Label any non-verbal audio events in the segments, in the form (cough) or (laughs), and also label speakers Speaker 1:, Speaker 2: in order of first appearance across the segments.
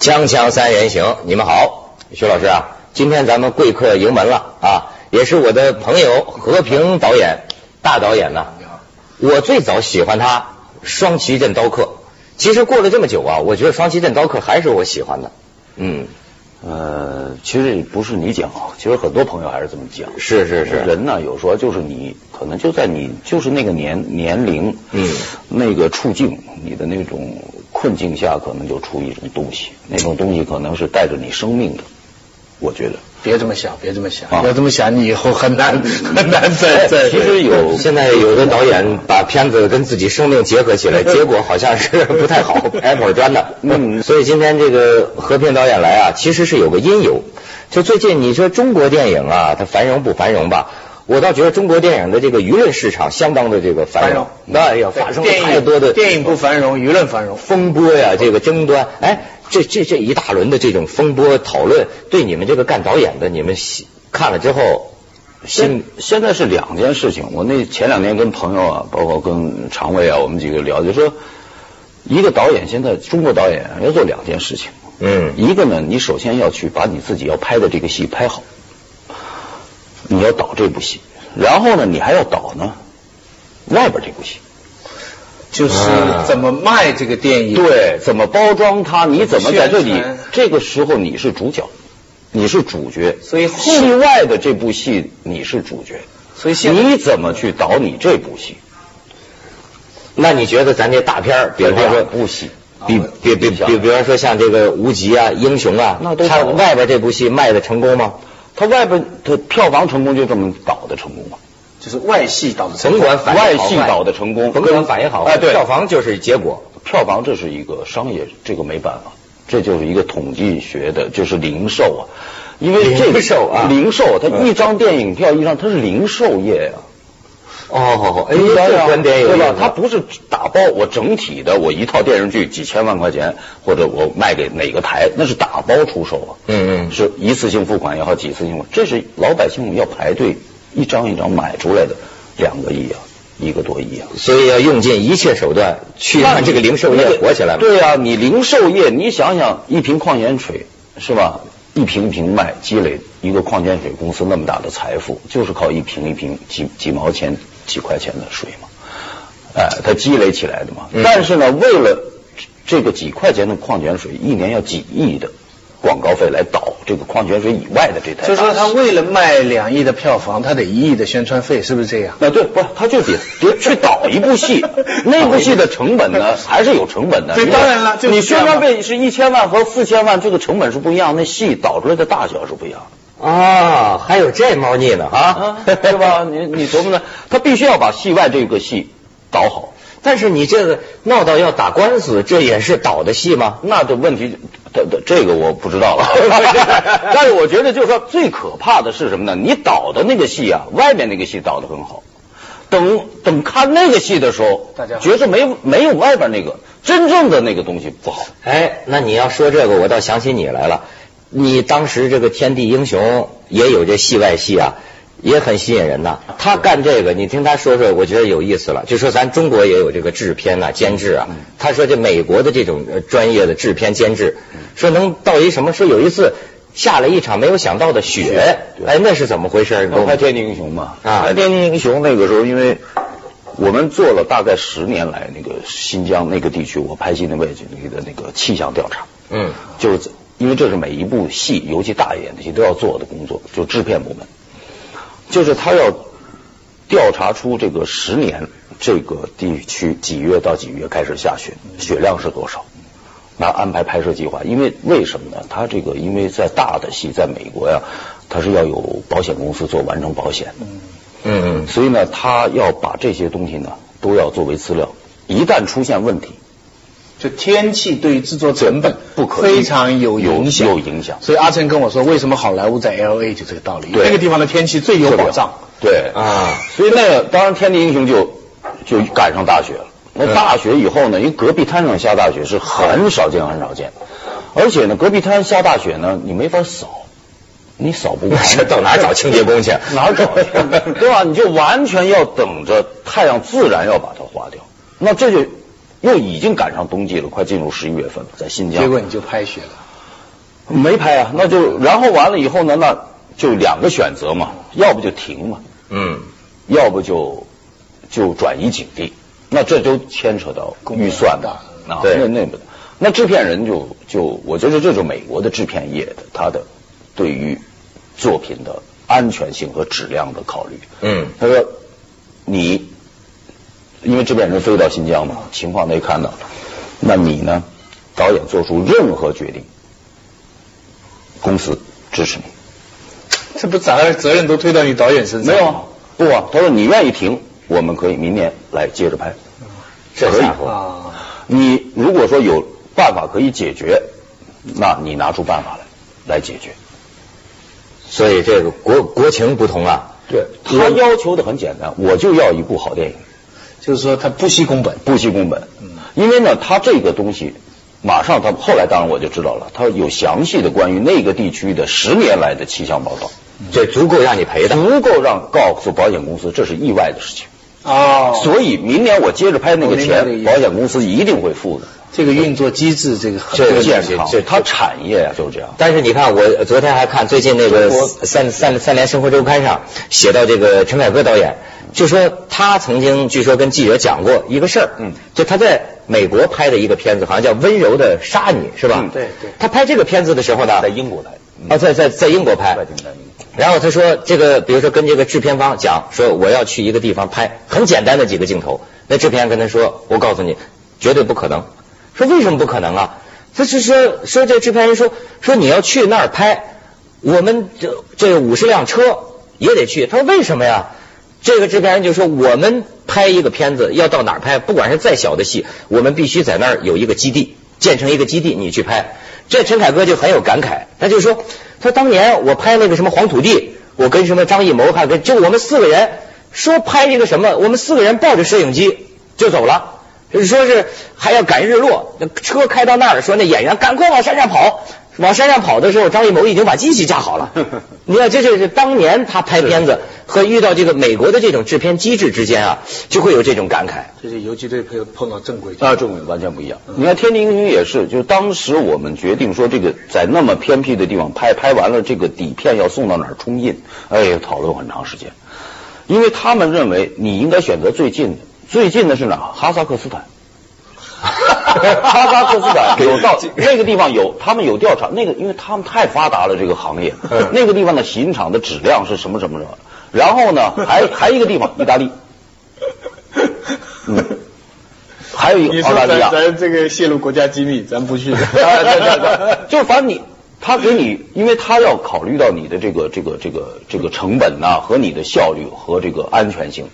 Speaker 1: 锵锵三人行，你们好，徐老师啊，今天咱们贵客迎门了啊，也是我的朋友和平导演，大导演呢、我最早喜欢他《双旗镇刀客》，其实过了这么久啊，我觉得《双旗镇刀客》还是我喜欢的。嗯，
Speaker 2: 呃，其实也不是你讲，其实很多朋友还是这么讲。
Speaker 1: 是是是
Speaker 2: 人呢，有时候就是你，可能就在你就是那个年年龄，
Speaker 1: 嗯，
Speaker 2: 那个处境，你的那种困境下，可能就出一种东西，那种东西可能是带着你生命的，我觉得。
Speaker 3: 别这么想，别这么想，
Speaker 2: 啊
Speaker 3: 要这么想，你以后很 (laughs) 难很难再再。
Speaker 2: 其实有
Speaker 1: 现在哎有的导演把片子跟自己生命结合起来，结果好像是不太好，拍板砖的。
Speaker 2: 嗯
Speaker 1: 所以今天这个和平导演来啊，其实是有个因由。就最近你说中国电影啊，它繁荣不繁荣吧？我倒觉得中国电影的这个舆论市场相当的这个繁
Speaker 3: 繁
Speaker 1: 荣
Speaker 3: 荣，
Speaker 1: 那也发生了
Speaker 3: 电
Speaker 1: 太
Speaker 3: 影
Speaker 1: 多的
Speaker 3: 电影不繁荣，舆论繁荣。
Speaker 1: 风波呀、这个争端，哎，这这这一大轮的这种风波讨论，对你们这个干导演的，你们喜看了之后
Speaker 2: 现
Speaker 1: 心
Speaker 2: 现在是两件事情。我那前两天跟朋友啊，包括跟常委啊，我们几个聊，就说一个导演现在中国导演啊要做两件事情。
Speaker 1: 嗯
Speaker 2: 一个呢，你首先要去把你自己要拍的这个戏拍好，你要导这部戏，然后呢，你还要导呢外边这部戏，
Speaker 3: 就是
Speaker 1: 啊
Speaker 3: 怎么卖这个电影，
Speaker 2: 对，怎么包装它，你怎么在这里
Speaker 3: 宣传，
Speaker 2: 这个时候你是主角，你是主角，
Speaker 3: 所以后
Speaker 2: 戏外的这部戏你是主角，
Speaker 3: 所以现在
Speaker 2: 你怎么去导你这部戏？
Speaker 1: 那你觉得咱这大片儿，比
Speaker 2: 别
Speaker 1: 方
Speaker 2: 说
Speaker 1: 说
Speaker 2: 部戏，啊
Speaker 1: 比
Speaker 3: 啊
Speaker 1: 比比比，比方说像这个无极啊、英雄啊，
Speaker 2: 那都
Speaker 1: 他
Speaker 2: 好
Speaker 1: 外边这部戏卖的成功吗？
Speaker 2: 它外边它票房成功就这么导的成功嘛？
Speaker 3: 就是外戏导致
Speaker 1: 甭管反应好坏
Speaker 2: 外戏导的成功
Speaker 1: 甭管反应好坏，
Speaker 2: 哎对
Speaker 1: 票房就是结果。
Speaker 2: 票房这是一个商业，这个没办法，这就是一个统计学的，就是零售啊，因为这个
Speaker 1: 零售啊
Speaker 2: 零售它
Speaker 1: 嗯
Speaker 2: 一张电影票一张，它是零售业啊。
Speaker 1: 哦，好好，哎，
Speaker 2: 你想
Speaker 1: 这
Speaker 2: 想
Speaker 1: 观点有
Speaker 2: 对
Speaker 1: 意
Speaker 2: 吧
Speaker 1: 思？
Speaker 2: 它不是打包我整体的，我一套电视剧几千万块钱，或者我卖给哪个台，那是打包出售啊。
Speaker 1: 嗯嗯
Speaker 2: 是一次性付款也好，几次性付款，这是老百姓要排队一张一张买出来的，两个亿啊，一个多亿啊。
Speaker 1: 所以要用尽一切手段去
Speaker 2: 那
Speaker 1: 让这个零售业火起来嘛。
Speaker 2: 对啊，你零售业，你想想，一瓶矿泉水是吧？一瓶一瓶卖，积累一个矿泉水公司那么大的财富，就是靠一瓶一瓶几几毛钱、几块钱的水嘛，哎，它积累起来的嘛。
Speaker 1: 嗯
Speaker 2: 但是呢，为了这个几块钱的矿泉水，一年要几亿的广告费来倒这个矿泉水以外的这台大戏。
Speaker 3: 就是说他为了卖两亿的票房，他得一亿的宣传费，是不是这样？，
Speaker 2: 啊，对，不是，他就得得去导一部戏
Speaker 3: (laughs)
Speaker 2: 那部戏的成本呢，还是有成本的。
Speaker 3: 对
Speaker 2: 你
Speaker 3: 当然了就是
Speaker 2: 你
Speaker 3: 这
Speaker 2: 宣
Speaker 3: 样嘛
Speaker 2: 传费是一千万和四千万，这个成本是不一样，那戏导出来的大小是不一样
Speaker 1: 啊，还有这猫腻呢
Speaker 2: 的 (laughs) 啊，对吧？你你琢磨呢？他必须要把戏外这个戏导好，
Speaker 1: 但是你这个闹到要打官司，这也是导的戏吗？
Speaker 2: 那这问题，这这这个我不知道了。 (laughs) 但是我觉得就是说，最可怕的是什么呢？你导的那个戏啊，外面那个戏导的很好，等等看那个戏的时候
Speaker 3: 大家，好
Speaker 2: 觉得没有没有外边那个真正的那个东西不好。
Speaker 1: 哎，那你要说这个，我倒想起你来了。你当时这个《天地英雄》也有这戏外戏啊，也很吸引人呐、他干这个，你听他说说，我觉得有意思了。就说咱中国也有这个制片呐、监制
Speaker 2: 嗯
Speaker 1: 啊。他说这美国的这种呃专业的制片监制，
Speaker 2: 嗯
Speaker 1: 说能到一什么？说有一次下了一场没有想到的雪
Speaker 2: 雪，对
Speaker 1: 哎，那是怎么回事？你跟
Speaker 2: 我
Speaker 1: 我
Speaker 2: 拍《
Speaker 1: 们
Speaker 2: 天地英雄》嘛，
Speaker 1: 啊
Speaker 2: 拍《天地英雄》那个时候，因为我们做了大概十年来那个新疆那个地区，我拍戏那位置那个那个气象调查，
Speaker 1: 嗯
Speaker 2: 就是因为这是每一部戏，尤其大一点的戏都要做的工作，就制片部门，就是他要调查出这个十年这个地区几月到几月开始下雪，雪量是多少。那安排拍摄计划，因为为什么呢？他这个因为在大的戏，在美国呀，他是要有保险公司做完成保险的，
Speaker 1: 嗯嗯
Speaker 2: 所以呢，他要把这些东西呢都要作为资料，一旦出现问题，
Speaker 3: 就天气对于制作成本
Speaker 2: 不可
Speaker 3: 非常有影响，
Speaker 2: 有有影响
Speaker 3: 所以阿成跟我说，为什么好莱坞在 L A 就这个道理，
Speaker 2: 对
Speaker 3: 那个地方的天气最有保障。
Speaker 2: 对
Speaker 1: 啊，，
Speaker 2: 所以那个当然天地英雄就就赶上大雪了。那大雪以后呢，因为隔壁滩上下大雪是很少见很少见，而且呢，隔壁滩下大雪呢，你没法扫，你扫不完
Speaker 1: (laughs) 这到哪儿找清洁工去啊
Speaker 2: (laughs) 哪儿找去？ (laughs) 对吧？你就完全要等着太阳自然要把它化掉，那这就又已经赶上冬季了，快进入十一月份了，在新疆。
Speaker 3: 结果你就拍雪了，
Speaker 2: 没拍啊，那就然后完了以后呢，那就两个选择嘛，要不就停嘛，
Speaker 1: 嗯，
Speaker 2: 要不就就转移警力，那这都牵扯到预算的啊，
Speaker 1: 对
Speaker 2: 那那不那制片人就就我觉得这就是美国的制片业的他的对于作品的安全性和质量的考虑，
Speaker 1: 嗯
Speaker 2: 他说你因为制片人飞到新疆嘛，情况没看到，那你呢？导演做出任何决定，公司支持你。
Speaker 3: 这不咋责任都推到你导演身上？
Speaker 2: 没有啊，不啊，他说你愿意停，我们可以明年来接着拍。
Speaker 1: 这
Speaker 2: 可以
Speaker 1: 家伙，
Speaker 3: 啊，
Speaker 2: 你如果说有办法可以解决，那你拿出办法来来解决。
Speaker 1: 所以这个国国情不同啊，
Speaker 2: 对他要求的很简单，我就要一部好电影。
Speaker 3: 就是说他不惜工本。
Speaker 2: 不惜工本
Speaker 3: 嗯。
Speaker 2: 因为呢，他这个东西马上他后来当然我就知道了，他有详细的关于那个地区的十年来的气象报道，
Speaker 1: 这足够让你赔的。
Speaker 2: 足够让告诉保险公司这是意外的事情。
Speaker 3: 哦
Speaker 2: 所以明哦年我接着拍那
Speaker 3: 我
Speaker 2: 个
Speaker 3: 明白这个
Speaker 2: 钱，
Speaker 3: 意思
Speaker 2: 保险公司一定会付的。
Speaker 3: 这个运作机制，这个很
Speaker 1: 这个
Speaker 2: 健康
Speaker 1: 这，
Speaker 2: 它产业啊就是这样。
Speaker 1: 但是你看，我昨天还看最近那个
Speaker 3: 中国
Speaker 1: 三三三联生活周刊上写到这个陈凯歌导演，就说他曾经据说跟记者讲过一个事儿，
Speaker 2: 嗯
Speaker 1: 就他在美国拍的一个片子，好像叫《温柔的杀你》，是吧？
Speaker 2: 嗯
Speaker 3: 对对
Speaker 1: 他拍这个片子的时候呢，
Speaker 2: 在英国拍，嗯
Speaker 1: 啊，在在在英国拍
Speaker 2: 在，英国
Speaker 1: 然后他说这个，比如说跟这个制片方讲说我要去一个地方拍很简单的几个镜头，那制片人跟他说，我告诉你绝对不可能。说为什么不可能啊？他是说说这制片人说说你要去那儿拍，我们这这五十辆车也得去。他说为什么呀？这个制片人就说我们拍一个片子要到哪儿拍，不管是再小的戏，我们必须在那儿有一个基地，建成一个基地，你去拍。这陈凯歌就很有感慨，他就说他当年我拍那个什么黄土地，我跟什么张艺谋还跟就我们四个人说拍一个什么，我们四个人抱着摄影机就走了。说是还要赶日落，那车开到那儿，说那演员赶快往山上跑。往山上跑的时候，张艺谋已经把机器架好了。你看，这就是当年他拍片子和遇到这个美国的这种制片机制之间啊，就会有这种感慨。
Speaker 3: 这是游击队碰碰到正规军。 (laughs)
Speaker 2: 啊，这种完全不一样。你看《天地英雄》也是，就当时我们决定说，这个在那么偏僻的地方拍，拍完了这个底片要送到哪儿冲印，哎，讨论很长时间，因为他们认为你应该选择最近的，最近的是哪儿？哈萨克斯坦。哈萨克斯坦有到那个地方有，他们有调查，那个因为他们太发达了这个行业，
Speaker 1: 嗯
Speaker 2: 那个地方的洗印厂的质量是什么什么什么，然后呢，还还一个地方意大利，嗯，还有一
Speaker 3: 你
Speaker 2: 个
Speaker 3: 说
Speaker 2: 澳大利亚
Speaker 3: 咱，咱这个泄露国家机密，咱不去。
Speaker 2: 哎 (laughs) 对对对， (laughs)
Speaker 3: (laughs)
Speaker 2: 就反正你他给你，因为他要考虑到你的这个这个这个这个成本呐、和你的效率和这个安全性，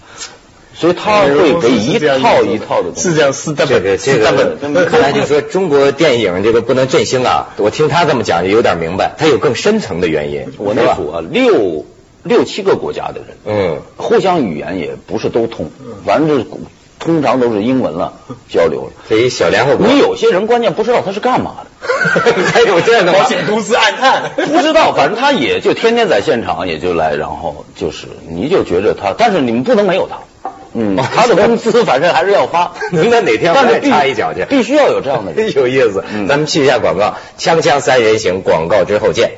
Speaker 2: 所以他会给一套一套的东西。
Speaker 3: 是这样撕的
Speaker 1: 这个这个，
Speaker 3: (laughs) 嗯
Speaker 1: 看来就说中国电影这个不能振兴啊，我听他这么讲就有点明白，他有更深层的原因。
Speaker 2: 我
Speaker 1: 是
Speaker 2: 那
Speaker 1: 吧
Speaker 2: 组啊，六六七个国家的人，
Speaker 1: 嗯，
Speaker 2: 互相语言也不是都通，反正就是通常都是英文了交流了。
Speaker 1: 这一小联合国，
Speaker 2: 你有些人关键不知道他是干嘛
Speaker 1: (laughs)
Speaker 2: 的，
Speaker 1: 还有这样的吗
Speaker 3: 保险公司暗
Speaker 1: (laughs)
Speaker 3: 探，
Speaker 2: 不知道，反正他也就天天在现场，也就来，然后就是你就觉着他，但是你们不能没有他，嗯， (laughs) 他的工资反正还是要发，
Speaker 1: 能在哪天我
Speaker 2: (laughs) 但是
Speaker 1: 再
Speaker 2: 必
Speaker 1: 插一脚去？
Speaker 2: 必须要有这样的
Speaker 1: (laughs)
Speaker 2: 人。
Speaker 1: 有意思。
Speaker 2: 嗯
Speaker 1: 咱们去一下广告，《锵锵三人行》广告之后见。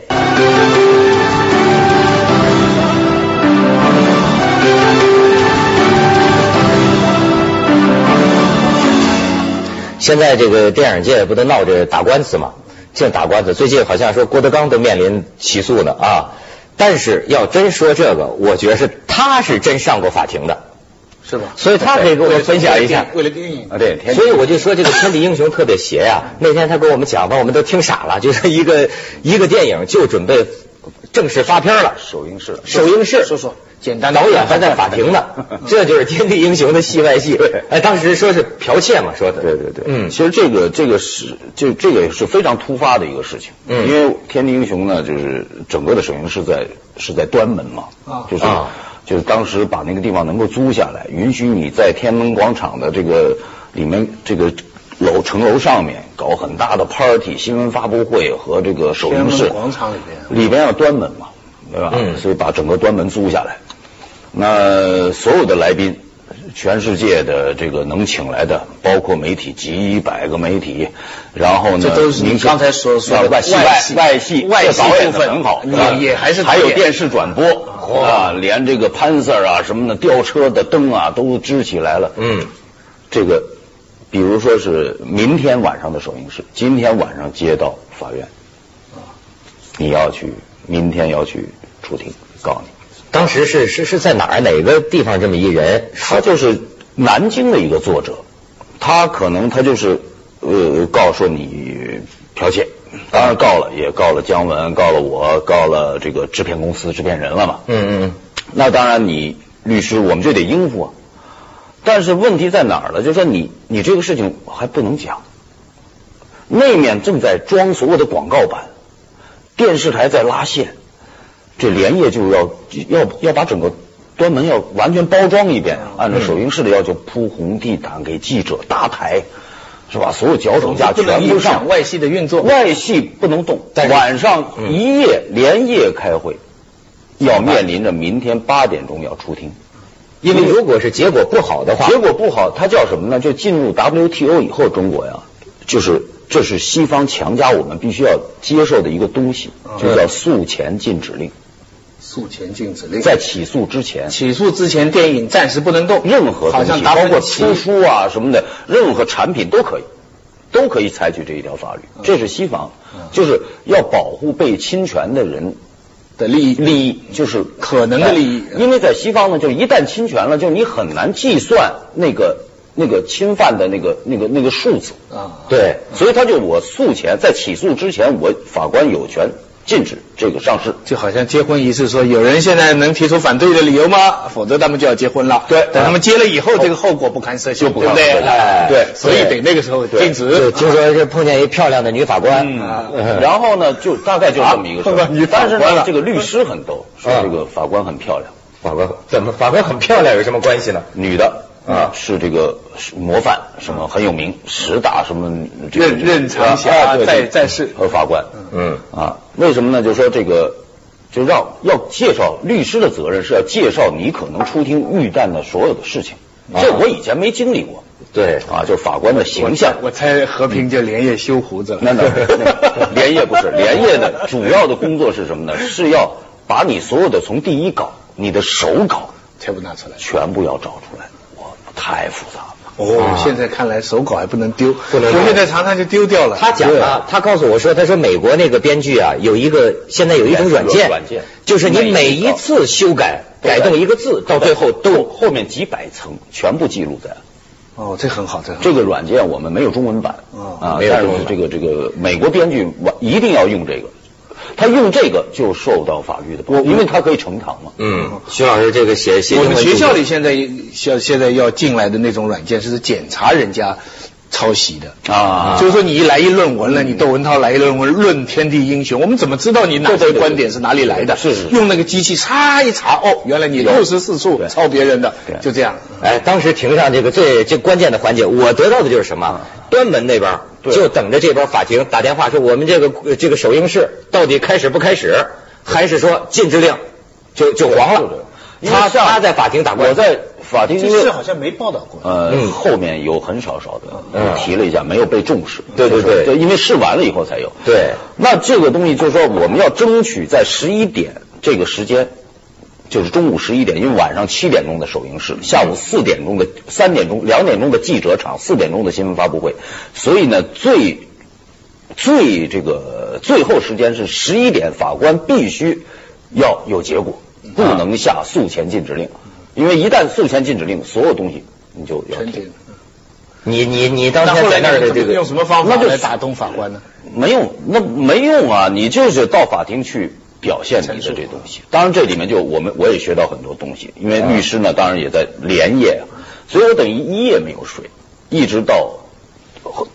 Speaker 1: 现在这个电影界不都闹着打官司吗？净打官司，最近好像说郭德纲都面临起诉呢啊！但是要真说这个，我觉得是他是真上过法庭的，
Speaker 3: 是吧？
Speaker 1: 所以他可以给我们分享一 (laughs) 下。
Speaker 3: 为了电影，
Speaker 2: 啊，对，天
Speaker 1: 所以我就说这个《天地英雄》特别邪呀、那天他跟我们讲，把我们都听傻了，就是一个一个电影就准备正式发片了，
Speaker 2: 首映式
Speaker 1: 首映式。
Speaker 3: 说说简单的
Speaker 1: 导演还在法庭呢，这就是《天地英雄》的戏外戏。哎，当时说是剽窃嘛，说的。
Speaker 2: 对对对，
Speaker 1: 嗯
Speaker 2: 其实这个这个是就这个也是非常突发的一个事情，
Speaker 1: 嗯
Speaker 2: 因为《天地英雄》呢，就是整个的首映是在是在端门嘛，
Speaker 3: 啊
Speaker 2: 就是、
Speaker 1: 啊
Speaker 2: 就是当时把那个地方能够租下来，允许你在天安门广场的这个里面这个楼城楼上面搞很大的 party 新闻发布会和这个首映式
Speaker 3: 天安门广场里边
Speaker 2: 里边要端门嘛，对吧？
Speaker 1: 嗯
Speaker 2: 所以把整个端门租下来，那所有的来宾全世界的这个能请来的，包括媒体几百个媒体，然后呢，
Speaker 3: 这都是
Speaker 2: 您
Speaker 3: 你刚才说说的
Speaker 2: 外戏
Speaker 3: 外
Speaker 2: 外
Speaker 3: 戏
Speaker 2: 外戏
Speaker 3: 外
Speaker 2: 这
Speaker 3: 戏
Speaker 2: 导演的
Speaker 3: 部分
Speaker 2: 很好，
Speaker 3: 也
Speaker 2: 是吧
Speaker 3: 也还是导
Speaker 2: 还
Speaker 3: 演
Speaker 2: 有电视转播、啊，连这个潘 Sir 啊什么的吊车的灯啊都支起来了，
Speaker 1: 嗯，
Speaker 2: 这个，比如说是明天晚上的首映式，今天晚上接到法院，你要去，明天要去出庭告你。
Speaker 1: 当时是是是在哪儿哪个地方这么一人？
Speaker 2: 他就是南京的一个作者，他可能他就是呃告说你剽窃，当然告了，也告了姜文，告了我，告了这个制片公司制片人了嘛。
Speaker 1: 嗯嗯
Speaker 2: 那当然你律师我们就得应付啊。但是问题在哪儿呢？就是说你你这个事情还不能讲，那面正在装所有的广告板，电视台在拉线，这连夜就要要要把整个端门要完全包装一遍，啊按照首映式的要求铺红地毯给记者搭台，是吧？所有脚手架
Speaker 3: 不能
Speaker 2: 全
Speaker 3: 影
Speaker 2: 部上
Speaker 3: 响，外戏的运作。
Speaker 2: 外戏不能动，
Speaker 1: 但是
Speaker 2: 晚上
Speaker 1: 嗯
Speaker 2: 一夜、连夜开会，要面临着明天八点钟要出庭。
Speaker 1: 因为如果是结果不好的话
Speaker 2: 结，果不好，它叫什么呢？就进入 WTO 以后，中国呀，就是这是西方强加我们必须要接受的一个东西，
Speaker 1: 嗯
Speaker 2: 就叫诉前禁止令，
Speaker 3: 诉前禁止令，
Speaker 2: 在起诉之前。
Speaker 3: 起诉之前，电影暂时不能动，
Speaker 2: 任何
Speaker 3: 好
Speaker 2: 东
Speaker 3: 像
Speaker 2: 西，
Speaker 3: 达
Speaker 2: 包
Speaker 3: 芬
Speaker 2: 括
Speaker 3: 奇
Speaker 2: 出书啊什么的，任何产品都可以，都可以采取这一条法律。
Speaker 1: 嗯
Speaker 2: 这是西方，就是要保护被侵权的人
Speaker 3: 的利益，
Speaker 2: 利益，就是
Speaker 3: 可能的利益
Speaker 2: 哎因为在西方呢，就一旦侵权了，就你很难计算那个那个侵犯的那个那个那个数字。
Speaker 3: 啊，
Speaker 2: 对，所以他就我诉前，在起诉之前，我法官有权禁止这个上市。
Speaker 3: 就好像结婚仪式说，有人现在能提出反对的理由吗？否则他们就要结婚了。
Speaker 2: 对
Speaker 3: 等他们结了以后，
Speaker 2: 哦
Speaker 3: 这个后果不堪设想，
Speaker 2: 就不
Speaker 3: 对不
Speaker 2: 堪
Speaker 3: 对？
Speaker 2: 设想
Speaker 3: 哎
Speaker 2: 对
Speaker 3: 所以得那个时候禁
Speaker 1: 就
Speaker 3: 止。
Speaker 1: 听说是碰见一漂亮的女法官，嗯
Speaker 2: 然后呢，就大概就这么一个事
Speaker 3: 啊碰 (laughs) 到女
Speaker 2: 儿。
Speaker 3: 法
Speaker 2: 但
Speaker 3: 官
Speaker 2: 是
Speaker 3: 了
Speaker 2: 呢，这个律师很逗，说
Speaker 1: 啊
Speaker 2: 这个法官很漂亮，
Speaker 1: 法官怎么法官很漂亮有什么关系呢？
Speaker 2: 女的
Speaker 3: 嗯
Speaker 1: 啊
Speaker 2: 是这个是模范，什么很有名，十大什么这个
Speaker 3: 任任长霞
Speaker 2: 啊对
Speaker 3: 在
Speaker 2: 对
Speaker 3: 在世
Speaker 2: 和法官。
Speaker 1: 嗯，
Speaker 2: 啊，为什么呢？就说这个，就让要介绍律师的责任是要介绍你可能出庭遇难的所有的事情，这我以前没经历过
Speaker 1: 啊对，
Speaker 2: 啊，就法官的形象。
Speaker 3: 我猜和平就连夜修胡子了。
Speaker 2: 那那
Speaker 3: (laughs)
Speaker 1: (laughs)
Speaker 2: 那 (laughs) 连夜不是连夜的，主要的工作是什么呢？是要把你所有的从第一稿、你的手稿
Speaker 3: 全部拿出来。
Speaker 2: 全部要找出来，哇，太复杂了。
Speaker 3: 哦，现在看来手稿还不能丢，
Speaker 1: 不能丢
Speaker 3: 我现在常常就丢掉了。
Speaker 1: 他讲啊，他告诉我说，他说美国那个编剧啊，有一个现在有一种软件，
Speaker 2: 软件
Speaker 1: 就是你每一次修改改动一个字，到最后
Speaker 2: 都
Speaker 1: 都
Speaker 2: 后面几百层全部记录在。
Speaker 3: 哦，这很好，这很好。
Speaker 2: 这个软件我们没有中文版、
Speaker 3: 哦
Speaker 2: 啊
Speaker 1: 没，有
Speaker 2: 但
Speaker 1: 中
Speaker 2: 是
Speaker 1: 文版
Speaker 2: 这个这个美国编剧完一定要用这个，他用这个就受到法律的保护，因为他可以呈堂嘛。
Speaker 1: 嗯，徐老师这个写写
Speaker 3: 我
Speaker 1: 英
Speaker 3: 们
Speaker 1: 文
Speaker 3: 学校里现在要现在要进来的那种软件是检查人家抄袭的。
Speaker 2: 啊
Speaker 3: 就是说你一来一论文了，你窦文涛来一论文论天地英雄，我们怎么知道你哪
Speaker 2: 对对
Speaker 3: 些
Speaker 2: 对
Speaker 3: 观点是哪里来的？
Speaker 2: 是是是
Speaker 3: 用那个机器查一查，哦，原来你六十四处
Speaker 2: 对
Speaker 3: 抄别人的
Speaker 2: 对，
Speaker 3: 就这样。
Speaker 1: 哎，当时庭上这个最最关键的环节，我得到的就是什么？端门那边儿
Speaker 2: 对
Speaker 1: 就等着这边法庭打电话说，我们这个呃这个首映式到底开始不开始，还是说禁制令就就黄了？
Speaker 2: 因为
Speaker 1: 他
Speaker 2: 像
Speaker 1: 他在法庭打官司，
Speaker 2: 我在法庭因
Speaker 3: 这
Speaker 2: 为
Speaker 3: 事好像没报道过。
Speaker 2: 呃、
Speaker 1: 嗯
Speaker 2: 后面有很少少的、
Speaker 1: 嗯
Speaker 2: 我提了一下，没有被重视。
Speaker 1: 对对对
Speaker 2: 就是因为试完了以后才有。
Speaker 1: 对，
Speaker 2: 那这个东西就是说我们要争取在十一点这个时间。就是中午十一点，因为晚上七点钟的首映式，下午四点钟的、三点钟、两点钟的记者场，四点钟的新闻发布会，所以呢，最最这个最后时间是十一点，法官必须要有结果，不能下诉前禁止令，因为一旦诉前禁止令，所有东西你就要
Speaker 3: 全
Speaker 2: 停
Speaker 3: 停。
Speaker 1: 你你你当
Speaker 3: 那
Speaker 1: 天
Speaker 3: 后
Speaker 1: 在
Speaker 3: 来
Speaker 1: 那儿的这
Speaker 3: 你怎么
Speaker 1: 个
Speaker 3: 用什么方法
Speaker 2: 那就
Speaker 3: 来打动法官呢？
Speaker 2: 没用，那没用啊！你就是到法庭去表现你的这东西。当然，这里面就我们我也学到很多东西，因为律师呢，当然也在连夜，啊所以我等于一夜没有睡，一直到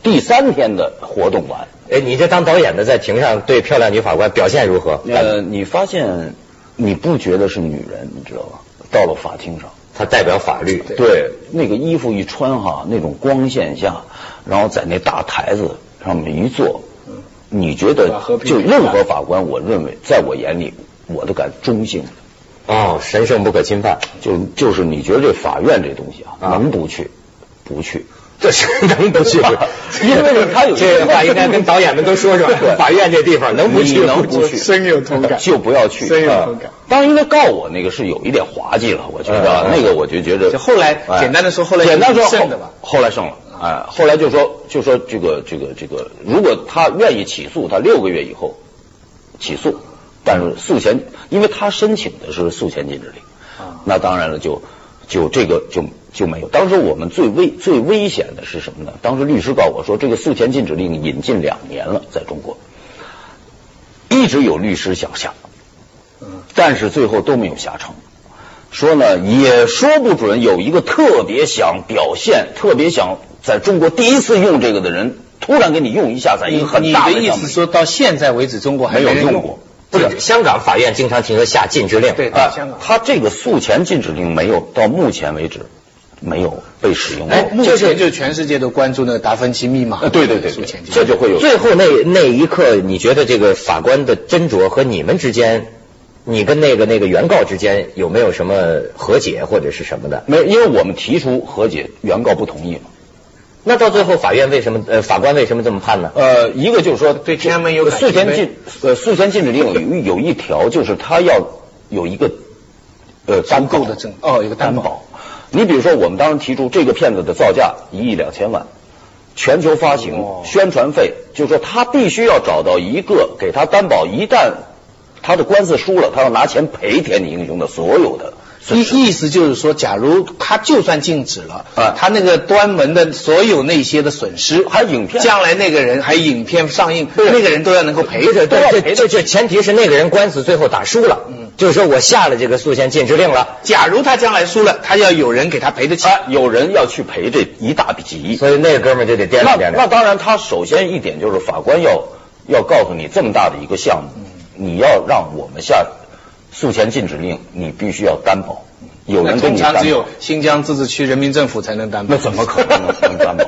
Speaker 2: 第三天的活动完。
Speaker 1: 哎，你这当导演的在庭上对漂亮女法官表现如何？
Speaker 2: 呃，你发现你不觉得是女人，你知道吧？到了法庭上，
Speaker 1: 他代表法律，
Speaker 2: 对，那个衣服一穿哈，那种光线下，然后在那大台子上面一坐，你觉
Speaker 3: 把
Speaker 2: 得
Speaker 3: 和平
Speaker 2: 就
Speaker 3: 评判
Speaker 2: 任何法官，我认为在我眼里，我都敢中性的，
Speaker 1: 哦，神圣不可侵犯，
Speaker 2: 就就是你觉得这法院这东西啊，
Speaker 1: 啊
Speaker 2: 能不去不去？
Speaker 3: (laughs)
Speaker 1: 这是能不去吗？
Speaker 2: (laughs) 因为他有
Speaker 1: 这话应该跟导演们都说说，法院这地
Speaker 3: 啊
Speaker 1: 方能不去
Speaker 2: 你
Speaker 1: 吗
Speaker 2: 能不去？
Speaker 3: 深有同感
Speaker 2: 就不要去。
Speaker 3: 深有
Speaker 2: 啊
Speaker 3: 同感。
Speaker 2: 当然，应该告我那个是有一点滑稽了，我觉得啊
Speaker 1: 嗯嗯
Speaker 2: 那个我就觉得。
Speaker 3: 就后来
Speaker 2: 哎
Speaker 3: 简单地说后来
Speaker 2: 简单说
Speaker 3: 胜的吧
Speaker 2: 后后来胜了。哎，后来就说就说这个这个这个，如果他愿意起诉，他六个月以后起诉，但是诉前，因为他申请的是诉前禁止令，
Speaker 3: 啊
Speaker 2: 那当然了就，就这个就就没有。当时我们最危最危险的是什么呢？当时律师告我说，这个诉前禁止令引进两年了，在中国一直有律师想下，
Speaker 3: 嗯
Speaker 2: 但是最后都没有下成。说呢，也说不准有一个特别想表现、特别想在中国第一次用这个的人，突然给你用一下，在一
Speaker 3: 你
Speaker 2: 个很
Speaker 3: 你
Speaker 2: 大
Speaker 3: 的
Speaker 2: 的
Speaker 3: 意
Speaker 2: 项
Speaker 3: 思
Speaker 2: 目
Speaker 3: 说到现在为止，中国还
Speaker 2: 没有
Speaker 3: 人
Speaker 2: 用过。
Speaker 1: 不是，香港法院经常听说下禁止令，
Speaker 3: 对
Speaker 2: 啊
Speaker 3: 香港，
Speaker 2: 他这个诉前禁止令没有，到目前为止没有被使用过。
Speaker 3: 哎，目
Speaker 2: 就
Speaker 3: 前就全世界都关注那个达芬奇密码，
Speaker 2: 呃对对对
Speaker 3: 数
Speaker 2: 对
Speaker 3: 钱，进
Speaker 2: 这就会有。
Speaker 1: 最后那那一刻，你觉得这个法官的斟酌和你们之间，你跟那个那个原告之间有没有什么和解或者是什么的？
Speaker 2: 没有，因为我们提出和解，原告不同意嘛。
Speaker 1: 那到最后法院为什么呃法官为什么这么判呢？
Speaker 2: 呃，一个就是说
Speaker 3: 对天安门有感
Speaker 2: 诉前
Speaker 3: 情
Speaker 2: 禁呃诉前禁止令
Speaker 3: (laughs)
Speaker 2: 有有一条就是他要有一个呃担
Speaker 3: 足
Speaker 2: 保
Speaker 3: 够的证哦有个担保
Speaker 2: 担保。你比如说，我们当时提出这个片子的造价一亿两千万，全球发行，
Speaker 3: 哦
Speaker 2: 宣传费，就是说他必须要找到一个给他担保，一旦他的官司输了，他要拿钱赔天地英雄的所有的损失。
Speaker 3: 意意思就是说，假如他就算禁止了，
Speaker 2: 啊
Speaker 3: 他那个端门的所有那些的损失，
Speaker 2: 还有影片
Speaker 3: 将来那个人还有影片上映，
Speaker 2: 对
Speaker 3: 那个人都要能够赔
Speaker 1: 这
Speaker 3: 着，
Speaker 2: 要
Speaker 1: 这
Speaker 2: 赔
Speaker 1: 这
Speaker 2: 的
Speaker 1: 这这前提是那个人官司最后打输了，就是说我下了这个诉前禁止令了，
Speaker 3: 假如他将来输了，他要有人给他赔得起。
Speaker 2: 啊，有人要去赔这一大笔几亿，
Speaker 1: 所以嗯那个哥们儿就得掂量
Speaker 2: 那
Speaker 1: 掂
Speaker 2: 那
Speaker 1: 量。
Speaker 2: 当然，他首先一点就是法官要要告诉你这么大的一个项
Speaker 3: 嗯
Speaker 2: 目，你要让我们下诉前禁止令，你必须要担保，有
Speaker 3: 嗯那
Speaker 2: 人给
Speaker 3: 通
Speaker 2: 你担保
Speaker 3: 常只。有新疆自治区人民政府才能担保，
Speaker 2: 那怎么可能能担
Speaker 3: (laughs)
Speaker 2: 保？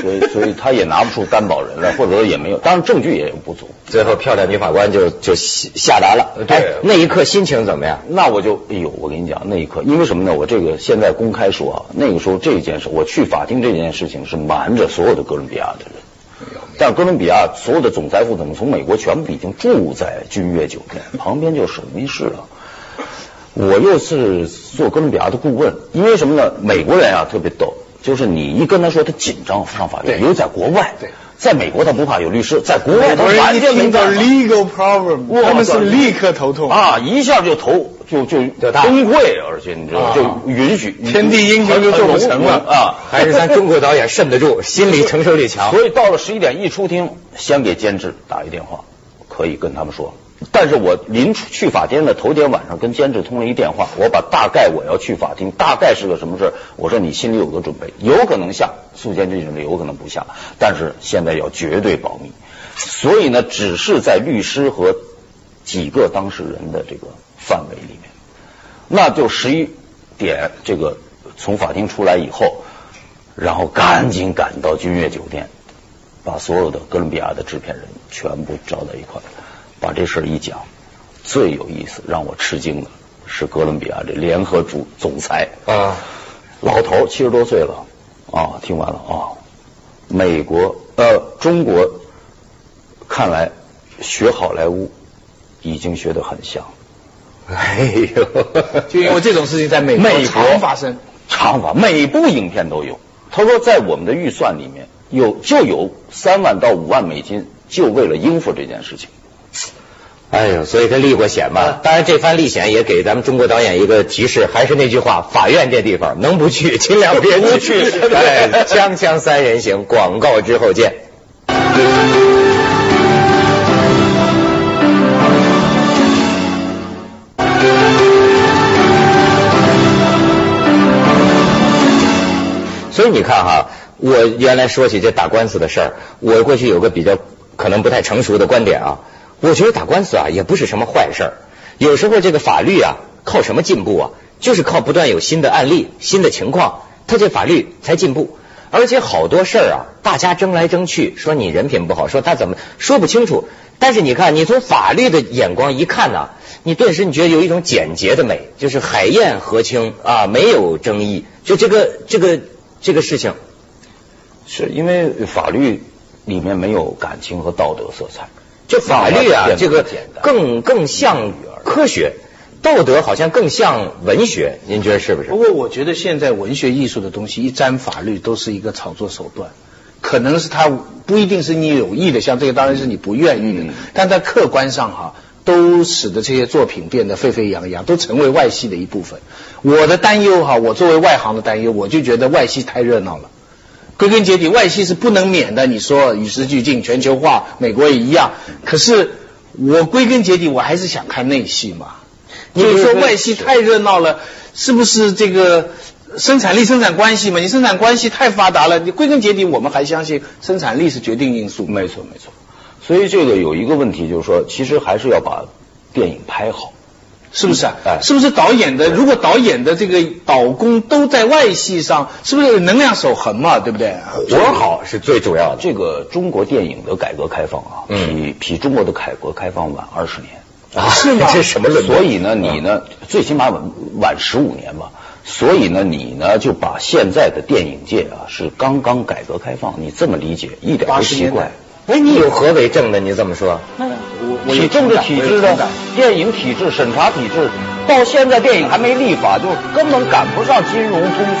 Speaker 2: 所以，所以他也拿不出担保人来，或者说也没有，当然证据也有不足。
Speaker 1: 最后漂亮女法官就就下下达了，
Speaker 2: 呃对
Speaker 1: 哎那一刻心情怎么样？
Speaker 2: 那我就，哎呦，我跟你讲，那一刻，因为什么呢？我这个现在公开说啊，那个时候这件事，我去法庭这件事情是瞒着所有的哥伦比亚的人。
Speaker 3: 哎
Speaker 2: 但哥伦比亚所有的总财富怎么从美国全部已经住在君悦酒店旁边，就是首宾市了。我又是做哥伦比亚的顾问，因为什么呢？美国人啊特别逗，就是你一跟他说他紧张上法院，
Speaker 3: 对
Speaker 2: 因为在国外
Speaker 3: 对，
Speaker 2: 在美国他不怕有律师，在国外
Speaker 3: 美
Speaker 2: 他
Speaker 3: 国人
Speaker 2: 完
Speaker 3: 一
Speaker 2: 全没
Speaker 3: 听到
Speaker 2: 办法
Speaker 3: legal problem，
Speaker 2: 哇
Speaker 3: 他们是立刻头痛。
Speaker 2: 啊，一下就头就就
Speaker 1: 就大
Speaker 2: 崩溃，而且你知道
Speaker 3: 啊
Speaker 2: 就允许
Speaker 3: 天地英雄就做不成了
Speaker 2: 啊。
Speaker 1: 还是咱中国导演 (laughs) 慎得住，心理承受力强。
Speaker 2: 所以到了十一点一出庭，先给监制打一电话，可以跟他们说。但是我临出去法庭的头天晚上跟监制通了一电话，我把大概我要去法庭，大概是个什么事儿，我说你心里有个准备，有可能下诉监禁令，有可能不下，但是现在要绝对保密。所以呢，只是在律师和几个当事人的这个范围里面。那就十一点，这个从法庭出来以后，然后赶紧赶到君悦酒店，把所有的哥伦比亚的制片人全部招到一块儿，把这事儿一讲。最有意思，让我吃惊的是哥伦比亚这联合主总裁
Speaker 1: 啊，
Speaker 2: 老头七十多岁了啊、听完了啊、美国呃中国看来学好莱坞已经学得很像，
Speaker 1: 哎呦， (laughs)
Speaker 3: 就因为这种事情在美国
Speaker 2: 美国
Speaker 3: 常发生。
Speaker 2: 长法，啊每部影片都有。他说，在我们的预算里面有就有三万到五万美金，就为了应付这件事情。
Speaker 1: 哎呦，所以他历过险
Speaker 2: 啊
Speaker 1: 嘛。当然，这番历险也给咱们中国导演一个提示，还是那句话，法院这地方能不去尽量别
Speaker 2: 不
Speaker 1: 去
Speaker 2: 去。
Speaker 1: (laughs) 哎，锵锵三人行，广告之后见。所以你看哈，我原来说起这打官司的事儿，我过去有个比较可能不太成熟的观点啊，我觉得打官司啊也不是什么坏事儿，有时候这个法律啊靠什么进步啊，就是靠不断有新的案例、新的情况，它这法律才进步。而且好多事儿啊，大家争来争去，说你人品不好，说他怎么说不清楚。但是你看，你从法律的眼光一看呐、你顿时你觉得有一种简洁的美，就是海晏河清啊，没有争议。就这个这个这个事情，
Speaker 2: 是因为法律里面没有感情和道德色彩。
Speaker 1: 就法律啊
Speaker 2: 那，我
Speaker 1: 这个
Speaker 2: 简单
Speaker 1: 更更像科学，道德好像更像文学，您觉得是不是
Speaker 3: 不？过我觉得现在文学艺术的东西一沾法律都是一个炒作手段，可能是他不一定是你有意的，像这个当然是你不愿意的，
Speaker 2: 嗯
Speaker 3: 但在客观上哈、都使得这些作品变得沸沸扬扬，都成为外戏的一部分。我的担忧哈、我作为外行的担忧，我就觉得外戏太热闹了。归根结底，外戏是不能免的。你说与时俱进、全球化，美国也一样。可是我归根结底，我还是想看内戏嘛。
Speaker 1: 你
Speaker 3: 所以说外戏
Speaker 1: 戏
Speaker 3: 太热闹了，是不是这个生产力、生产关系嘛？你生产关系太发达了，你归根结底，我们还相信生产力是决定因素。
Speaker 2: 没错，没错。所以这个有一个问题，就是说，其实还是要把电影拍好。
Speaker 3: 是不是啊？
Speaker 2: 哎
Speaker 3: 是不是导演的？如果导演的这个导工都在外戏上，是不是能量守恒嘛？对不对？
Speaker 1: 活儿好是最主要的。
Speaker 2: 这个中国电影的改革开放啊，比、
Speaker 1: 嗯
Speaker 2: 比中国的改革开放晚二十年。
Speaker 1: 啊
Speaker 3: 是吗
Speaker 1: (laughs) 这什么论断？
Speaker 2: 所以呢，你呢，最起码晚晚十五年吧。所以呢，你呢就把现在的电影界啊是刚刚改革开放，你这么理解一点不
Speaker 3: 80
Speaker 2: 奇
Speaker 3: 年代
Speaker 2: 怪。
Speaker 1: 哎，你有何为证呢？你这么说，
Speaker 3: 我有
Speaker 2: 体政治体制
Speaker 3: 同
Speaker 2: 呢
Speaker 3: 感，
Speaker 2: 电影体制、审查体制，到现在电影还没立法，就根本赶不上金融通讯，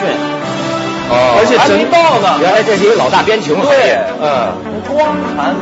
Speaker 1: 哦
Speaker 2: 而且还
Speaker 1: 真
Speaker 2: 没到呢。
Speaker 1: 原来这是一个老大边穷行业。
Speaker 2: 对，嗯，光谈这